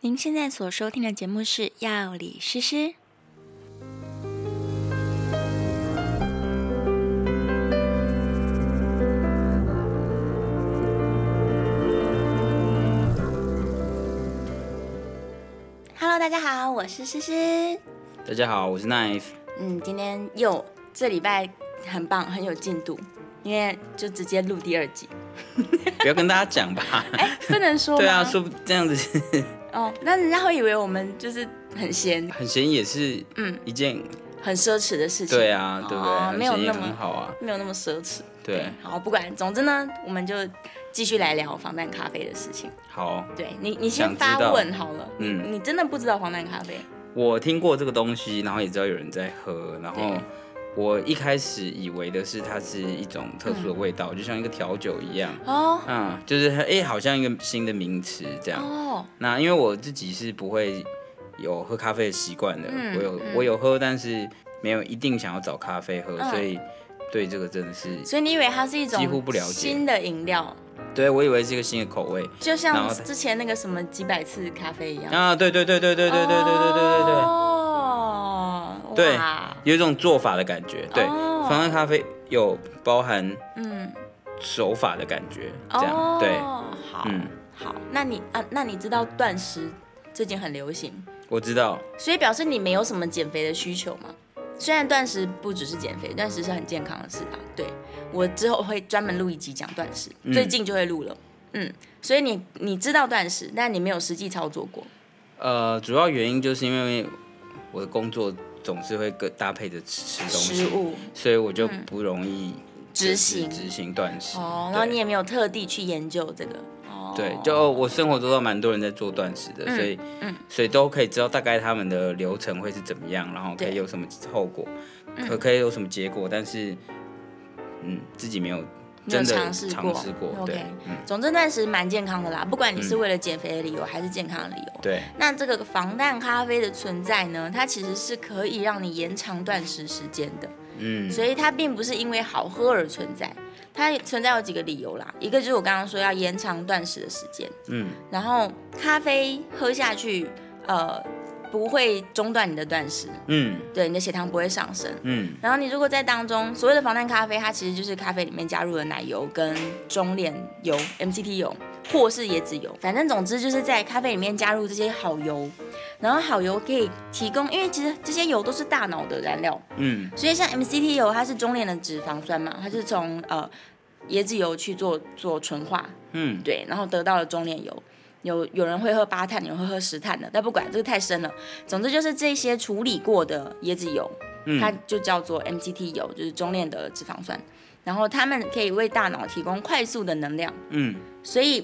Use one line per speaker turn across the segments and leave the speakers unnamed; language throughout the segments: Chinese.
您现在所收听的节目是《药理诗诗》。Hello，大家好，我是诗诗。
大家好，我是 Knife。
嗯，今天又这礼拜很棒，很有进度，因为就直接录第二集。
不要跟大家讲吧。
哎、不能说吗
对啊，说不这样子
哦，那人家会以为我们就是很闲、
很闲也是
嗯
一件，
很奢侈的事情。
对啊，对不对？
哦
很
没有
闲也
那么
很好啊。
没有那么奢侈。
对，
好，不管，总之呢，我们就继续来聊防弹咖啡的事情。
好，
对你，你先
想知
发
道
问好了。你
嗯
你真的不知道防弹咖啡？
我听过这个东西，然后也知道有人在喝，然后
对
我一开始以为的是它是一种特殊的味
嗯
道，就像一个调酒一样。
哦
嗯，就是它哎、好像一个新的名词这样。
哦，
那因为我自己是不会有喝咖啡的习惯的，
嗯
我有、
嗯
我有喝，但是没有一定想要找咖啡喝，
嗯
所以对这个真的是，
所以你以为它是一种
几乎不了解
新的饮料，
对我以为是一个新的口味
就
然
像
后它
之前那个什么几百次咖啡一样。
啊，对对对对对对对对对对对对，
哦，
对
哇
有一种做法的感觉，对，
哦
防弹咖啡有包含
嗯，
手法的感觉，这样、
哦，
对，
好，
嗯，
好，那你啊，那你知道断食最近很流行，
我知道，
所以表示你没有什么减肥的需求嘛？虽然断食不只是减肥，断食是很健康的事啊。对我之后会专门录一集讲断食，
嗯
最近就会录了。嗯，所以你你知道断食，但你没有实际操作过。
呃，主要原因就是因为我的工作总是会跟搭配着吃吃东
食
西，
物嗯
所以我就不容易
执
就是
行
执行断食，
哦，
对
然后你也没有特地去研究这个哦。嗯
对，就我生活中都蛮多人在做断食的，所以、所以都可以知道大概他们的流程会是怎么样，然后可
对
以有什么后果，可可以有什么结果，但是嗯，自己没有
没有
真的
尝试过
尝试过，
OK
对，嗯，
总之断食蛮健康的啦，不管你是为了减肥的理由还是健康的理由。
对，
那这个防弹咖啡的存在呢，它其实是可以让你延长断食时间的。
嗯，
所以它并不是因为好喝而存在，它存在有几个理由啦，一个就是我刚刚说要延长断食的时间，
嗯，
然后咖啡喝下去，呃，不会中断你的断食，
嗯
对，你的血糖不会上升。
嗯
然后你如果在当中，所谓的防弹咖啡，它其实就是咖啡里面加入了奶油跟中链油 （MCT 油）或是椰子油，反正总之就是在咖啡里面加入这些好油，然后好油可以提供，因为其实这些油都是大脑的燃料，
嗯
所以像 MCT 油，它是中链的脂肪酸嘛，它是从呃椰子油去做做纯化，
嗯，
对，然后得到了中链油。有有人会喝八碳，有人会喝十碳的，但不管这个太深了。总之就是这些处理过的椰子油，
嗯
它就叫做 MCT 油，就是中链的脂肪酸。然后它们可以为大脑提供快速的能量，
嗯，
所以，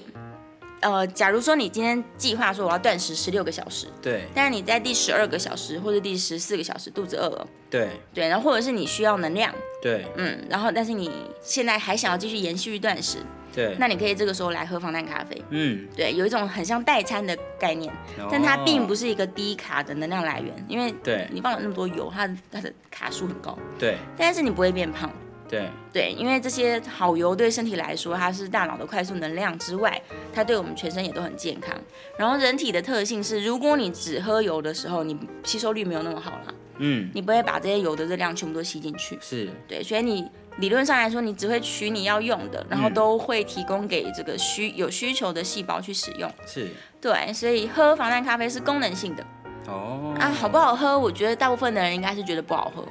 呃，假如说你今天计划说我要断食十六个小时，
对
但是你在第十二个小时或者第十四个小时肚子饿了，
对
对，然后或者是你需要能量，
对
嗯，然后但是你现在还想要继续延续断食，
对，
那你可以这个时候来喝防弹咖啡。
嗯，
对，有一种很像代餐的概念，
哦
但它并不
是
是一个低卡的能量来源，因为
对
你放了那么多油，它的它的卡数很高，
哦对
但是你不会变胖。
对
对，因为这些好油对身体来说，它是大脑的快速能量之外，它对我们全身也都很健康。然后人体的特性是，如果你只喝油的时候，你吸收率没有那么好啦，
嗯
你不会把这些油的热量全部都吸进去。
是
对，所以你理论上来说，你只会取你要用的，然后
嗯
都会提供给这个需有需求的细胞去使用。
是
对，所以喝防弹咖啡是功能性的
哦
啊，好不好喝？我觉得大部分的人应该是觉得不好喝。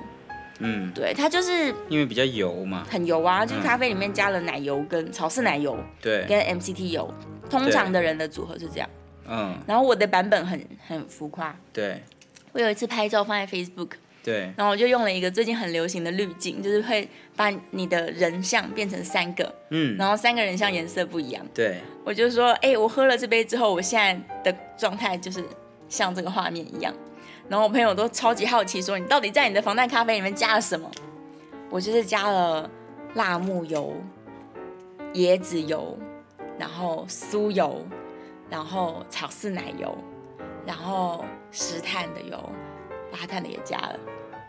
嗯，
对，它就是
因为比较油嘛，
很油啊，就是
嗯
咖啡里面加了奶油跟草饲奶油
对，
跟 MCT 油，通常的人的组合是这样。
嗯
然后我的版本很很浮夸，
对
我有一次拍照放在 Facebook，
对
然后我就用了一个最近很流行的滤镜，就是会把你的人像变成三个，
嗯
然后三个人像颜色不一样。
对
我就说，哎、我喝了这杯之后，我现在的状态就是像这个画面一样。然后我朋友都超级好奇，说你到底在你的防弹咖啡里面加了什么？我就是加了辣木油、椰子油，然后酥油，然后草饲奶油，然后石炭的油，八碳的也加了，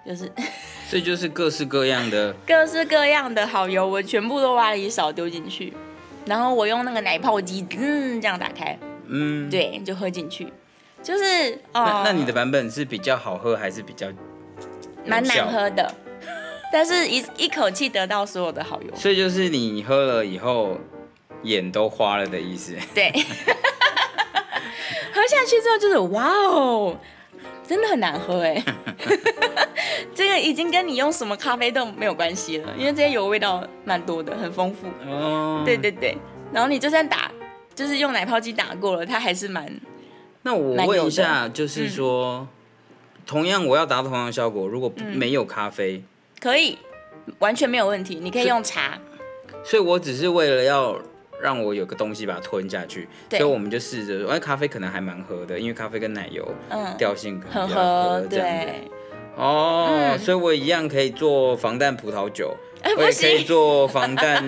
就是
所以就是各式各样的，
各式各样的好油，我全部都挖了一勺丢进去，然后我用那个奶泡机，嗯，这样打开，
嗯，
对，就喝进去。就是哦
那，那你的版本是比较好喝还是比较
蛮
有效
难？喝的，但是一一口气得到所有的好友，
所以就是你喝了以后眼都花了的意思。
对， 喝下去之后就是哇哦，真的很难喝 哎，这个已经跟你用什么咖啡豆没有关系了，因为这些油味道蛮多的，很丰富，
哦，
对。对对，然后你就算打就是用奶泡机打过了，它还是蛮
那我问一下，就是
嗯
说，同样我要达到同样的效果，如果不没有咖啡，
可以，完全没有问题，你可以用茶，嗯
所以我只是为了要让我有个东西把它吞下去，
对
所以我们就试着说，哎，咖啡可能还蛮合的，因为咖啡跟奶油
嗯，
调性可能
很
比较合
合，
这样子。
对。
哦，
嗯
所以我一样可以做防弹葡萄酒，
哎
我
不
也可以
行
做防弹，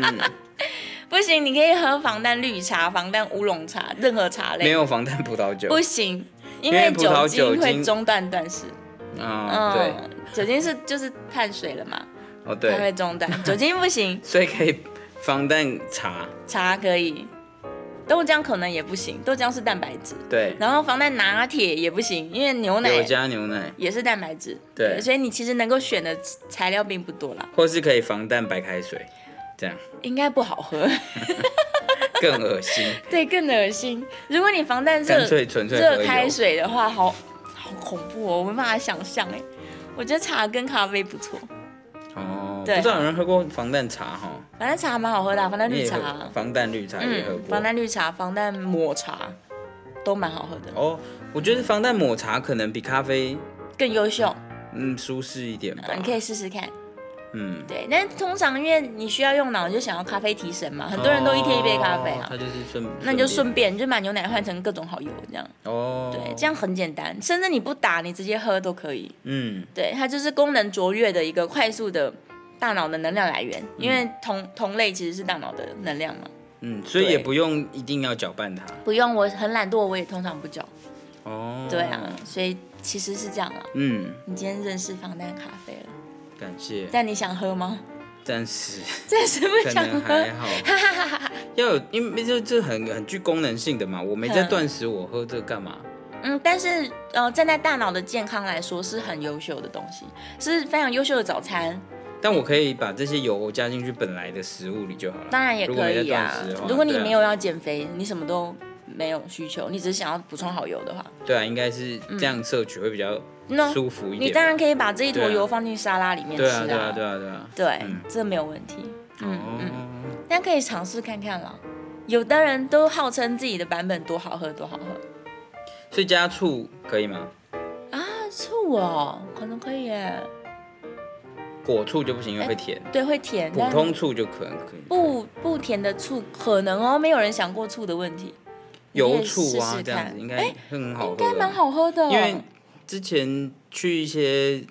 不行，你可以喝防弹绿茶、防弹乌龙茶，任何茶
没
类。
有防弹葡萄酒。
不行，因
因为
为
葡萄
酒
酒
精会
精
中断断食。
嗯，对，
嗯，酒精是就是碳水了嘛，
哦
它
对
会，中 断。酒精不行，
所以可以防弹茶，
茶可以，豆浆可能也不行，豆浆是蛋白质。
对，
然后防弹拿铁也不行，因为牛奶
有加牛奶，
也是蛋白质。
对
所以你其实能够选的材料并不多啦，
或是可以防弹白开水，这样
应该不好喝。
更恶心，
对，更恶心。如果你防弹
干
热
脆纯粹喝
热
油
开水的话，好好恐怖哦，我没办法想象哎。我觉得茶跟咖啡不错，
哦，
对
不知道有人喝过防弹茶哈？
反正茶蛮好喝的啊、防弹
你
绿
也
茶
喝
啊，
防弹绿茶也喝
嗯，
过
防。弹绿茶、防弹抹茶都蛮好喝的，
哦，我觉得防弹抹茶可能比咖啡
更优秀，
嗯舒适一点吧
嗯，你。可以试试看。
嗯，
对，但是通常因为你需要用脑，你就想要咖啡提神嘛，很多人都一天一杯咖啡
哦
啊
它。就是顺，
那你就
顺
顺便你就把牛奶换成各种好油这样，
便哦，
对，这样很简单，甚至你不打你直接喝都可以。
嗯
对，它就是功能卓越的一个快速的大脑的能量来源，因为同同类其实是大脑的能量嘛。
嗯，所以
对
也不用一定要搅拌它
不用，我很懒惰，我也通常不搅。
哦。
对啊，，所以其实是这样啦。
嗯，
你今天认识防弹咖啡了，
感谢，
但你想喝吗？
暂时
暂时不
可
想
能
喝
还。好，要有因为这这很很具功能性的嘛，我没在
嗯
断食，我喝这个干嘛？
嗯，但是呃，站在大脑的健康来说是很优秀的东西，是非常优秀的早餐，
但我可以把这些油加进去本来的食物里就好了。
当然也
如果
可
没在
以
断
啊
食的话。
如果你没有
对啊，
要减肥，你什么都没有需求，你只是想要补充好油的话，
对啊，应该是这样摄取会比较
那
舒服一
嗯你
点。
当然可以把这一坨
对啊
油放进沙拉里面吃
对啊，对啊，对啊，对啊。
对
嗯
这没有问题。嗯嗯，
哦，
但可以尝试看看啦。有的人都号称自己的版本多好喝，多好喝。
所以加醋可以吗？
那醋哦，可能可以耶。
果醋就不
哎
行，因为会甜。
对，会甜。
普通醋就可能可以。
但不不甜的醋，可能哦，没有人想过醋的问题。
油
你可
醋啊，
以试试看
这样子应该很好喝。
应该蛮。好喝的。哦
因为之前去一些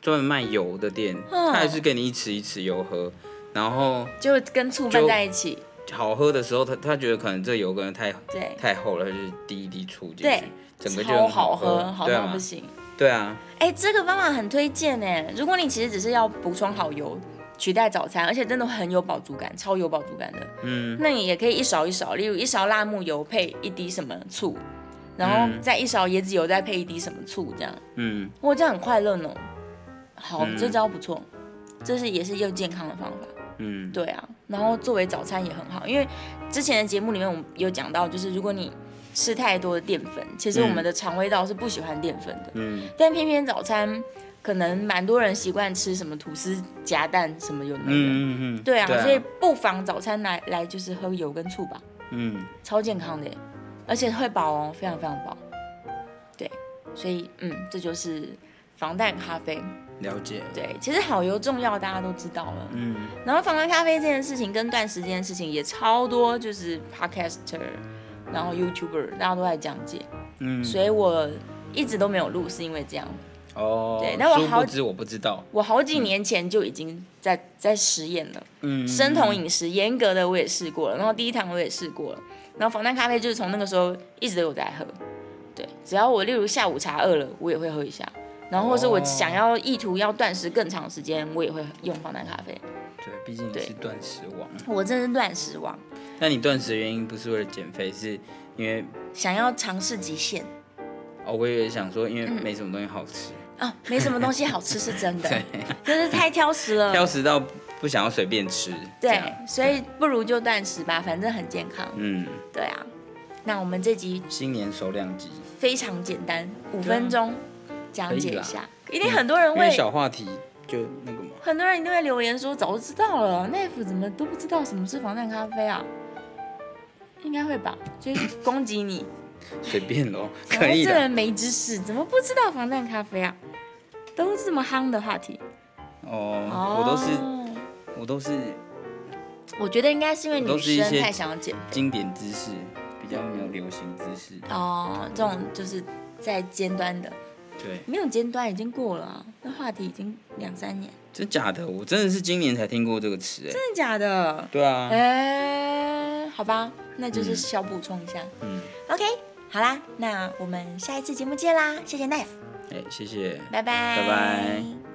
专门卖油的店，
嗯
他还是给你一匙一匙油喝，然后
就跟醋
就
拌在一起，
好喝的时候，他他觉得可能这油可能太
对
太厚了，他就是滴一滴醋进去
对，
整个就
超
很
好
喝，
好
对
到
啊
不，行。
对啊，
哎，这个方法很推荐哎。如果你其实只是要补充好油，取代早餐，而且真的很有饱足感，超有饱足感的。
嗯，
那你也可以一勺一勺，例如一勺辣木油配一滴什么醋，然后
嗯
再一勺椰子油再配一滴什么醋，这样，
嗯，
哇，这样很快乐呢。好，
嗯
这招不错，这是也是又健康的方法。
嗯，
对啊，然后作为早餐也很好，因为之前的节目里面我们有讲到，就是如果你吃太多的淀粉，其实我们的肠胃道是不喜欢淀粉的，
嗯，
但偏偏早餐可能蛮多人习惯吃什么吐司夹蛋什么有的
嗯
没的。
嗯嗯，
对啊，所以不妨早餐来来就是喝油跟醋吧，
嗯，
超健康的耶，而且会饱哦，非常非常饱。对，所以嗯，这就是防弹咖啡。
了解，
对，其实好油重要，大家都知道了。
嗯，
然后防弹咖啡这件事情跟断食这件事情也超多，就是 podcaster，然后 YouTuber 大家都在讲解，
嗯，
所以我一直都没有录，是因为这样。
哦，
对那我
殊
好
不知我不知道，
我好几年前就已经在在实验了。
嗯，
生酮饮食严格的我也试过了，然后第一堂我也试过了，然后防弹咖啡就是从那个时候一直都有在喝，对，只要我例如下午茶饿了，我也会喝一下，然后或是我
哦
想要意图要断食更长时间，我也会用防弹咖啡。
嗯对，毕竟你
对
是断食王，
我真是断食王，
但你断食的原因不是为了减肥，是因为
想要尝试极限，
哦，我也想说，因为没什么东西好吃，
啊，没什么东西好吃是真 的， 真是太挑食了。
挑食到不想要随便吃。这
对
样，
所以不如就断食吧，反正很健康。
嗯，
对啊，那我们这集
新年熟量级，
非常简单，五分钟
啊
讲解一下，一定
嗯
很多人
因为
会，
小话题就那个嘛，
很多人一定会留言说早就知道了，那副怎么都不知道什么是防弹咖啡啊？应该会吧，就是攻击你，
随便咯，
然
可
后
以
这
的。
人没知识，怎么不知道防弹咖啡啊？都是这么夯的话题
哦，我都是
哦
我都是
我觉得应该是因为
都
女
是一
生
些
太想要减
经典知识，比较没有流行知识。
哦，这种就是在尖端的，
对，
没有尖端已经过了啊，那话题已经两三年，
真假的？我真的是今年才听过这个词，哎，
真的假的？
对啊，
哎、好吧，那就是
嗯
小补充一下。
嗯，
OK，好啦，那我们下一次节目见啦，谢谢 Knife，
哎，谢谢。
拜拜，
拜拜。